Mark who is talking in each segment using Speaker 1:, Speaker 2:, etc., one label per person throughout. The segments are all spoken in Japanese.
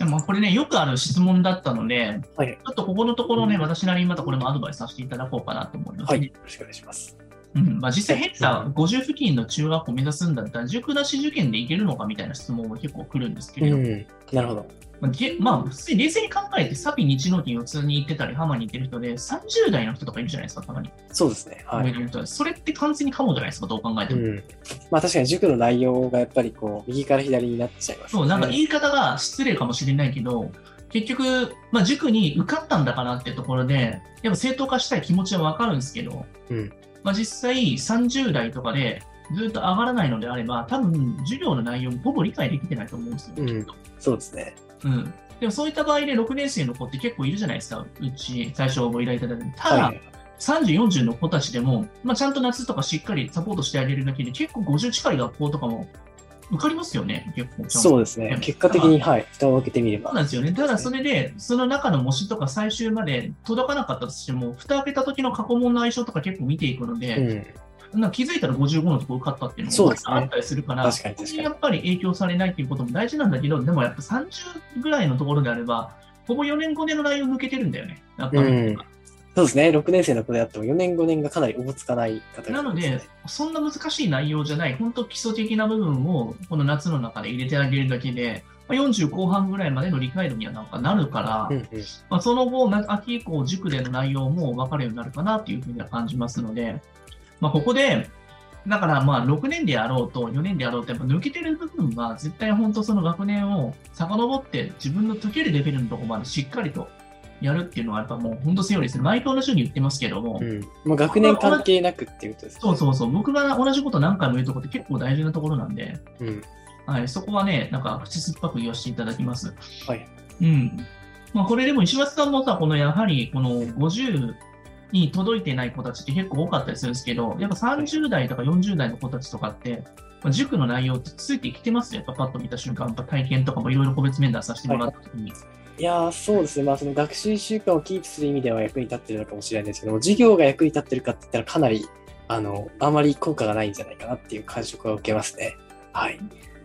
Speaker 1: まあ、これね、よくある質問だったので、
Speaker 2: はい
Speaker 1: ちょっとここのところね、私なりにまたこれもアドバイスさせていただこうかなと思います、
Speaker 2: はい。よろしくお願いします。
Speaker 1: うんまあ、実際、ヘッサー50付近の中学校を目指すんだったら、塾なし受験でいけるのかみたいな質問も結構来るんですけ
Speaker 2: う
Speaker 1: れど、
Speaker 2: ん。なるほど。
Speaker 1: まあげまあ、普通に冷静に考えて、サビ日納金を普通に行ってたり、ハマに行ってる人で、30代の人とかいるじゃないですか、たまに。
Speaker 2: そうですね。はい。
Speaker 1: 上の人はそれって完全にかもじゃないですか、どう考えて
Speaker 2: う
Speaker 1: も。
Speaker 2: ん。まあ確かに塾の内容がやっぱりこう、右から左になっちゃいます、
Speaker 1: そう、なんか言い方が失礼かもしれないけど、結局、まあ、塾に受かったんだからってところで、やっぱ正当化したい気持ちはわかるんですけど、
Speaker 2: うん
Speaker 1: まあ、実際30代とかでずっと上がらないのであれば、多分授業の内容もほぼ理解できてないと思うんですよ、
Speaker 2: うん
Speaker 1: きっと。
Speaker 2: そうですね。
Speaker 1: うんでもそういった場合で6年生の子って結構いるじゃないですか、うち最初ご依頼いただいて。ただ、
Speaker 2: はい。
Speaker 1: 30、40の子たちでも、まあ、ちゃんと夏とかしっかりサポートしてあげるだけで、結構50近い学校とかも受かりますよね、結構。
Speaker 2: そうですね。結果的に、はい。蓋を開けてみれば。
Speaker 1: そうなんですよね。ただそ
Speaker 2: れ。
Speaker 1: れで、その中の模試とか最終まで届かなかったとしても、蓋開けた時の過去問の相性とか結構見ていくので、
Speaker 2: うん。
Speaker 1: なんか気づいたら55のとこ受かったっていうの
Speaker 2: そう
Speaker 1: も
Speaker 2: ですね
Speaker 1: あったりするから、
Speaker 2: 確かに
Speaker 1: ここに
Speaker 2: 確か
Speaker 1: や
Speaker 2: に。
Speaker 1: っぱり影響されないっていうことも大事なんだけど、でもやっぱ30ぐらいのところであれば、ほぼ4年5年の内容抜けてるんだよね。やっぱり
Speaker 2: うんそうですね。6年生の子であっても4年5年がかなりおぼつかない方
Speaker 1: な
Speaker 2: が
Speaker 1: の
Speaker 2: 多い
Speaker 1: で
Speaker 2: ですね。、
Speaker 1: そんな難しい内容じゃない、本当基礎的な部分をこの夏の中で入れてあげるだけで、まあ40後半ぐらいまでの理解度にはなんかなるから、
Speaker 2: うんうん、
Speaker 1: まあ、その後、な秋以降、塾での内容も分かるようになるかなっていうふうには感じますので、まあ、ここで、だからまあ6年であろうと4年であろうと、やっぱ抜けてる部分は、絶対本当その学年を遡って、自分の解けるレベルのところまでしっかりとやるっていうのは、やっぱもう本当セオリーですね。毎回同じように言ってますけども、
Speaker 2: うんまあ、学年関係なくっていうことですね。
Speaker 1: そうそうそう、僕が同じこと何回も言うとこって結構大事なところなんで、
Speaker 2: うん
Speaker 1: はい、そこはね、なんか口酸っぱく言わせていただきます。
Speaker 2: はい。
Speaker 1: うん。まあ、これでも石橋さんもさ、このやはりこの50に届いてない子たちって結構多かったりするんですけど、やっぱ30代とか40代の子たちとかって、まあ、塾の内容ってついてきてますよ。やっぱパッと見た瞬間、やっぱ体験とかもいろいろ個別面談させてもらった時に。
Speaker 2: いやーそうですね、まあ、その学習習慣をキープする意味では役に立ってるのかもしれないんですけども、授業が役に立ってるかって言ったら、かなりあのあまり効果がないんじゃないかなっていう感触は受けますね。はい、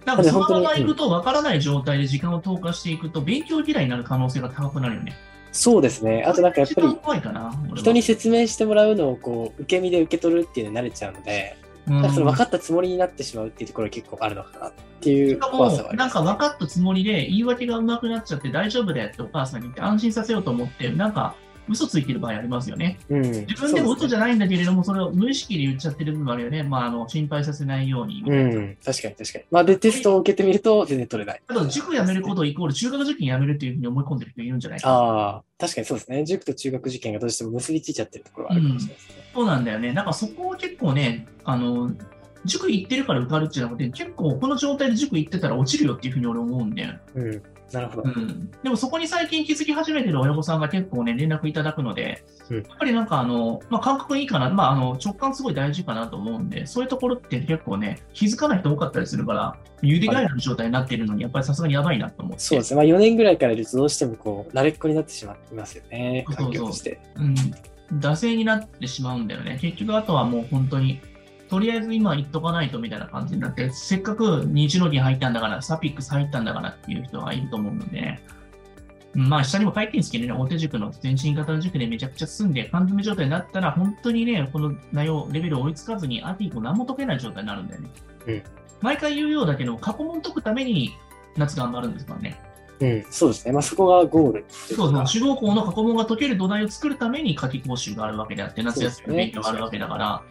Speaker 1: なんかそのまま行くと分からない状態で時間を投下していくと、勉強嫌いになる可能性が高くなるよね。
Speaker 2: そうですね、あとなんかやっぱ
Speaker 1: それが
Speaker 2: り
Speaker 1: 一番怖いかな、俺は
Speaker 2: 人に説明してもらうのをこう受け身で受け取るっていうのに慣れちゃうので、なんかその分かったつもりになってしまうっていうところが結構あるのかなっていう怖さはあ
Speaker 1: う
Speaker 2: り
Speaker 1: ん、な
Speaker 2: ま
Speaker 1: ん
Speaker 2: す、
Speaker 1: か
Speaker 2: ね。
Speaker 1: 分かったつもりで言い訳がうまくなっちゃって大丈夫だよってお母さんに言って安心させようと思ってなんか嘘ついてる場合ありますよね。
Speaker 2: うん、
Speaker 1: 自分でも嘘じ
Speaker 2: ゃ
Speaker 1: ゃないんだけれどもそれを無意識で言っちゃってる部分あるよね。まああの心配させないように。
Speaker 2: うん、確かに確かに。まあ、で、テストを受けてみると全然取れない。
Speaker 1: あと塾辞めることイコール中学受験辞めるっていうふうに思い込んでる人いるんじゃないかな。
Speaker 2: ああ、確かにそうですね。塾と中学受験がどうしても結びついちゃってるところはあるかもしれないですね。
Speaker 1: そうなんだよね。なんかそこは結構ねあの塾行ってるから受かるっていうのは結構この状態で塾行ってたら落ちるよっていうふうに俺思うんだよ。
Speaker 2: うん、なるほ
Speaker 1: う。
Speaker 2: ど
Speaker 1: ん、でもそこに最近気づき始めてる親御さんが結構ね、連絡いただくので、
Speaker 2: うん
Speaker 1: やっぱりなんかあの、まあ、感覚いいかな、まあ、あの直感すごい大事かなと思うんで、そういうところって結構ね、気づかない人多かったりするから、ゆでガイドの状態になってるのに、やっぱりさすがにやばいなと思って。
Speaker 2: そうですね。まあ、4年ぐらいからいるとどうしてもこう、慣れっこになってしまいますよね。
Speaker 1: そうそう
Speaker 2: 環境として。
Speaker 1: うん、惰性になってしまうんだよね。結局、あとはもう本当に、とりあえず今行っとかないとみたいな感じになって、せっかく日のに入ったんだから、サピックス入ったんだからっていう人がいると思うので、うんまあ、下にも書いてるんですけどね、大手塾の全身型の塾でめちゃくちゃ進んで、缶詰状態になったら、本当にね、この内容、レベル追いつかずに、秋以降何も解けない状態になるんだよね。
Speaker 2: うん
Speaker 1: 毎回言うようだけど、過去問解くために夏頑張るんですからね。
Speaker 2: うん、そうですね。まあ、そこがゴールとい
Speaker 1: そうそ
Speaker 2: う
Speaker 1: う、
Speaker 2: か。
Speaker 1: 主要校の過去問が解ける土台を作るために夏季講習があるわけであって、夏休みの勉強があるわけだから、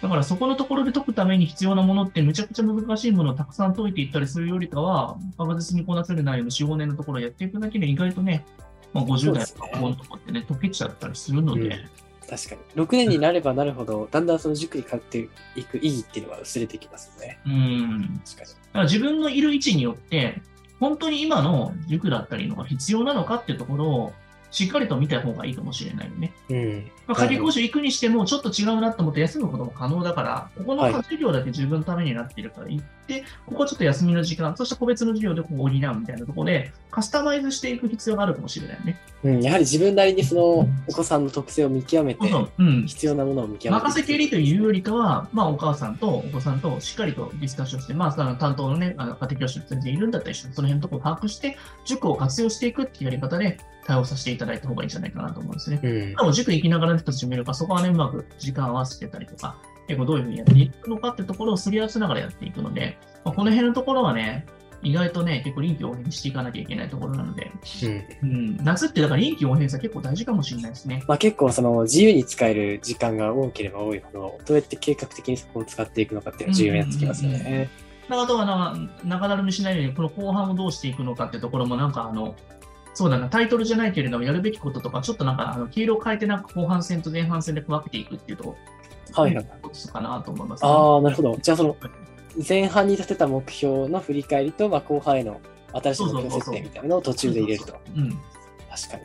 Speaker 1: だからそこのところで解くために必要なものって、めちゃくちゃ難しいものをたくさん解いていったりするよりかは、確実にこなせる内容の4、5年のところをやっていくだけで、意外とね、まあ、50代の過去問とかってね、解けちゃったりするので、
Speaker 2: うん確かに。6年になればなるほど、だんだんその塾に通っていく意義っていうのは薄れてきますよね。
Speaker 1: うん、
Speaker 2: 確かに。
Speaker 1: だから自分のいる位置によって、本当に今の塾だったりのが必要なのかってところを、しっかりと見た方がいいかもしれないよね。
Speaker 2: うん。
Speaker 1: まあ、
Speaker 2: はい
Speaker 1: 夏期講習行くにしても、ちょっと違うなと思って休むことも可能だから、ここの
Speaker 2: はい
Speaker 1: 授業だけ自分のためになっているから行って、ここはちょっと休みの時間、そして個別の授業でここを補うみたいなところで、カスタマイズしていく必要があるかもしれないよね。
Speaker 2: うん、やはり自分なりにそのお子さんの特性を見極め
Speaker 1: そう
Speaker 2: て
Speaker 1: そう、うん。
Speaker 2: 必要なものを見極めて
Speaker 1: 任せけりというよりかは、まあ、お母さんとお子さんとしっかりとディスカッションして、まあ、あの担当のね、あの家庭教師の先生いるんだったら一緒にその辺のところを把握して、塾を活用していくっていうやり方で対応させていただいた方がいいんじゃないかなと思うんですね。
Speaker 2: う
Speaker 1: で
Speaker 2: ん
Speaker 1: も塾行きながらの人たちもいるから、そこはね、うまく時間合わせてたりとか、結構どういうふうにやっていくのかってところをすり合わせながらやっていくので、まあ、この辺のところはね、意外とね、結構臨機応変にしていかなきゃいけないところなので、
Speaker 2: うん
Speaker 1: うん、夏ってだから臨機応変さ結構大事かもしれないですね。
Speaker 2: まあ、結構その自由に使える時間が多ければ多いほどどうやって計画的にそこを使っていくのかっていうのが重要になってきますよね。
Speaker 1: まああとはな、中だるみしないように、この後半をどうしていくのかってところも、なんかあの、そうだな、タイトルじゃないけれども、やるべきこととか、ちょっとなんか、あの黄色を変えて、なんか後半戦と前半戦で分けていくっていうところ、
Speaker 2: はいはい。
Speaker 1: ことかなと思います、
Speaker 2: ああ、なるほど。じゃあその前半に立てた目標の振り返りと、まあ、後半への新しい目標設定みたいなのを途中で入れると。
Speaker 1: うん。
Speaker 2: 確かに。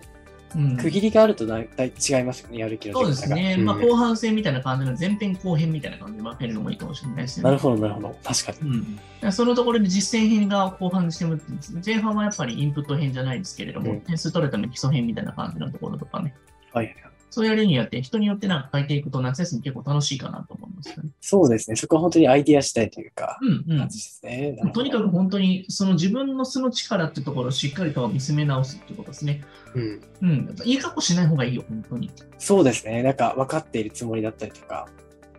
Speaker 1: うん、
Speaker 2: 区切りがあるとだいたい違いますよね、やる気の
Speaker 1: そう
Speaker 2: 出
Speaker 1: で
Speaker 2: 方
Speaker 1: す
Speaker 2: が。
Speaker 1: ね、
Speaker 2: うん
Speaker 1: まあ、後半戦みたいな感じの前編後編みたいな感じで分けるのもいいかもしれないですよ
Speaker 2: な
Speaker 1: ね。
Speaker 2: るほど、なるほど。確かに。
Speaker 1: うん、だからそのところで実践編が後半にしてもってですね前半はやっぱりインプット編じゃないですけれども、
Speaker 2: うん
Speaker 1: 点数取れたの基礎編みたいな感じのところとかね、
Speaker 2: はいはい。
Speaker 1: そうやるによって人によってなんか変えていくと夏休み結構楽しいかなと思いますよね。
Speaker 2: そうですね。そこは本当にアイディア次第というか、
Speaker 1: うんうん
Speaker 2: 感じですね。なる
Speaker 1: と
Speaker 2: ほど
Speaker 1: にかく本当にその自分の素の力ってところをしっかりと見つめ直すってことですね。
Speaker 2: うん。
Speaker 1: うん。やっぱいい格好しない方がいいよ、本当に。
Speaker 2: そうですね。なんか分かっているつもりだったりとか、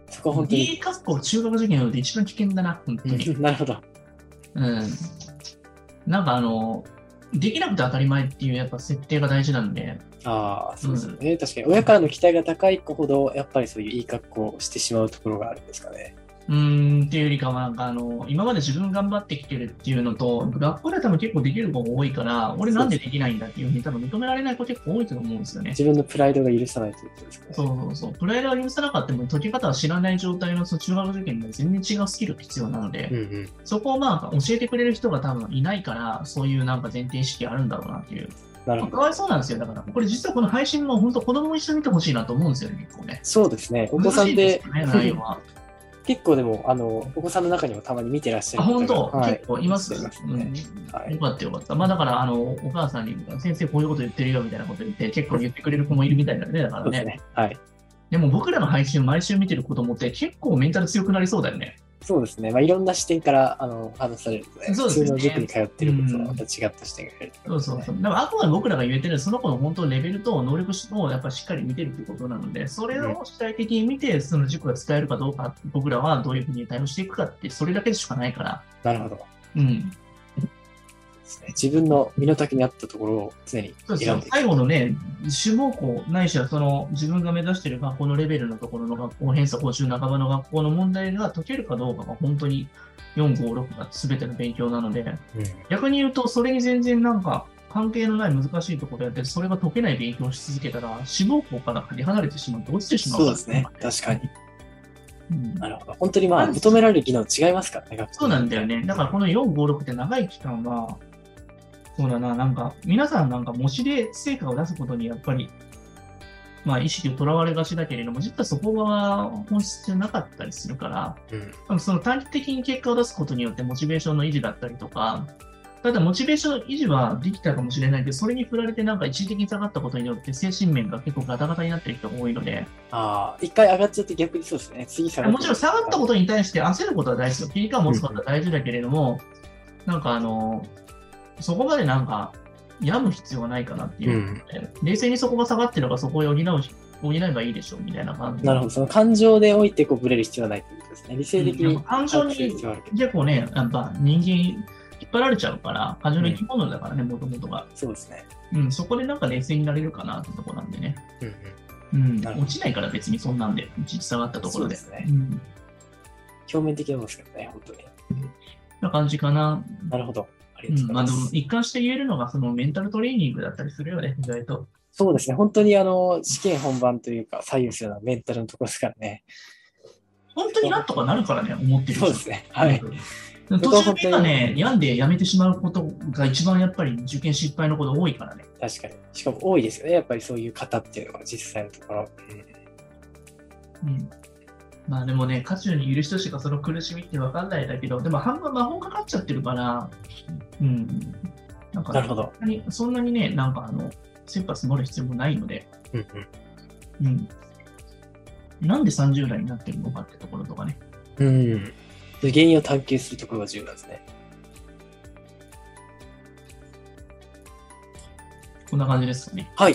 Speaker 2: そこは本当
Speaker 1: い
Speaker 2: に。
Speaker 1: い格好、中学受験なので一番危険だな、本当に。
Speaker 2: なるほど。
Speaker 1: うん。なんかあの、できなくて当たり前っていうやっぱ設定が大事なんで、
Speaker 2: ああ、そうですよね。確かに、親からの期待が高い子ほど、やっぱりそういういい格好をしてしまうところがあるんですかね。
Speaker 1: うーんっていうよりかは、なんかあの、今まで自分頑張ってきてるっていうのと、学校で多分結構できる子も多いから、俺なんでできないんだっていうふうに多分認められない子結構多いと思うんですよね。
Speaker 2: 自分のプライドが許さないということですかね。
Speaker 1: そうそうそう。プライドは許さなかったも、解き方は知らない状態のその中学受験では全然違うスキルが必要なので、
Speaker 2: うんうん。
Speaker 1: そこをまあ教えてくれる人が多分いないから、そういうなんか前提意識あるんだろうなっていう。
Speaker 2: なる
Speaker 1: まあ
Speaker 2: ほ
Speaker 1: か
Speaker 2: ど。
Speaker 1: わいそうなんですよ。だから、これ実はこの配信も本当子供も一緒に見てほしいなと思うんですよね、結構ね。
Speaker 2: そうですね。お子さんで、
Speaker 1: 難しいですよね、内容は。
Speaker 2: 結構でも、あの、お子さんの中にもたまに見てらっしゃ
Speaker 1: あ、
Speaker 2: る方
Speaker 1: 本当、
Speaker 2: が、はい
Speaker 1: 結構います。
Speaker 2: いますね
Speaker 1: うん
Speaker 2: はい
Speaker 1: よかったよかった。まあだから、あの、お母さんに、先生こういうこと言ってるよみたいなこと言って、結構言ってくれる子もいるみたいだね、だから
Speaker 2: そうで
Speaker 1: ね。
Speaker 2: す
Speaker 1: で
Speaker 2: ね。はい。
Speaker 1: も僕らの配信を毎週見てる子供って結構メンタル強くなりそうだよね。
Speaker 2: そうですね。まあ、いろんな視点から、あの、話されるので、
Speaker 1: そうですね
Speaker 2: 普通の塾に通ってることはまた違った視点が出る、
Speaker 1: そうそうそう。だからあくまで僕らが言えてる、その子の本当のレベルと能力をやっぱりしっかり見てるってことなので、それを主体的に見て、その塾が使えるかどうか、僕らはどういうふうに対応していくかって、それだけしかないから。
Speaker 2: なるほど。で
Speaker 1: うん。
Speaker 2: すね自分の身の丈に合ったところを常に
Speaker 1: そうです
Speaker 2: 選ん
Speaker 1: よ
Speaker 2: でいく。
Speaker 1: 最後のね、志望校ないしはその自分が目指している学校のレベルのところの学校偏差講習半ばの学校の問題が解けるかどうかが本当に4、5、6が全ての勉強なので、
Speaker 2: うん
Speaker 1: 逆に言うとそれに全然なんか関係のない難しいところやって、それが解けない勉強をし続けたら、志望校からかけ離れてしまって落ちてしまう
Speaker 2: そうですね。
Speaker 1: から
Speaker 2: 確かに。
Speaker 1: うん
Speaker 2: なるほど。本当にまあ、求められる技能違いますからね、学生
Speaker 1: そうなんだよね。だからこの4、5、6って長い期間は、そうだな、なんか、皆さんなんか模試で成果を出すことにやっぱり、まあ意識をとらわれがちだけれども、実はそこが本質じゃなかったりするから、
Speaker 2: うん
Speaker 1: 多分その短期的に結果を出すことによってモチベーションの維持だったりとか、ただモチベーション維持はできたかもしれないけど、それに振られてなんか一時的に下がったことによって精神面が結構ガタガタになってる人が多いので、
Speaker 2: ああ、一回上がっちゃって逆にそうですね。次下がっ
Speaker 1: もちろん下がったことに対して焦ることは大事ですよ。切り替えを持つことは大事だけれども、なんかあの、そこまでなんか、病む必要はないかなって
Speaker 2: う
Speaker 1: いう、
Speaker 2: ん。
Speaker 1: 冷静にそこが下がってればそこを補うし、補えばいいでしょうみたいな感じ。
Speaker 2: なるほど。その感情でおいてこうブレる必要はないということですね。理性的
Speaker 1: うんや
Speaker 2: に
Speaker 1: っぱ感情に
Speaker 2: 把握する必要はあるけど。
Speaker 1: 結構ね、やっぱ人間引っ張られちゃうから、過剰な生き物だからね、もともとが。
Speaker 2: そうですね。
Speaker 1: うん、そこでなんか冷静になれるかなってとこなんでね。
Speaker 2: うんうん。
Speaker 1: うん、
Speaker 2: なるほど
Speaker 1: 落ちないから別にそんなんで、一時下がったとこ
Speaker 2: そ
Speaker 1: ろ
Speaker 2: う
Speaker 1: で。
Speaker 2: ですね
Speaker 1: う。ん、
Speaker 2: 表面的なものですけどね、本当に。
Speaker 1: な感じかな。
Speaker 2: なるほど。あり
Speaker 1: う、
Speaker 2: がとうんご
Speaker 1: ま
Speaker 2: ざ
Speaker 1: あ
Speaker 2: いま。
Speaker 1: ですも一貫して言えるのが、そのメンタルトレーニングだったりするよね、意外と。
Speaker 2: そうですね。本当にあの、試験本番というか、左右するのはメンタルのところですからね。
Speaker 1: 本当になんとかなるからね、思ってる人
Speaker 2: そうですね。はい。。
Speaker 1: でも途中からね、病んでやめてしまうことが一番やっぱり受験失敗のこと多いからね。
Speaker 2: 確かに。しかも多いですよね。やっぱりそういう方っていうのは実際のところ。うん
Speaker 1: うん。まあでもね、渦中にいる人しかその苦しみって分かんないんだけど、でも半分魔法かかっちゃってるから、うん。なんか、
Speaker 2: なるほど。
Speaker 1: そんなにそんなにね、なんかあの、切羽積もる必要もないので、
Speaker 2: うんうん
Speaker 1: うん。なんで30代になってるのかってところとかね。
Speaker 2: うん。原因を探求するところが重要なんですね。
Speaker 1: こんな感じですかね。
Speaker 2: はい。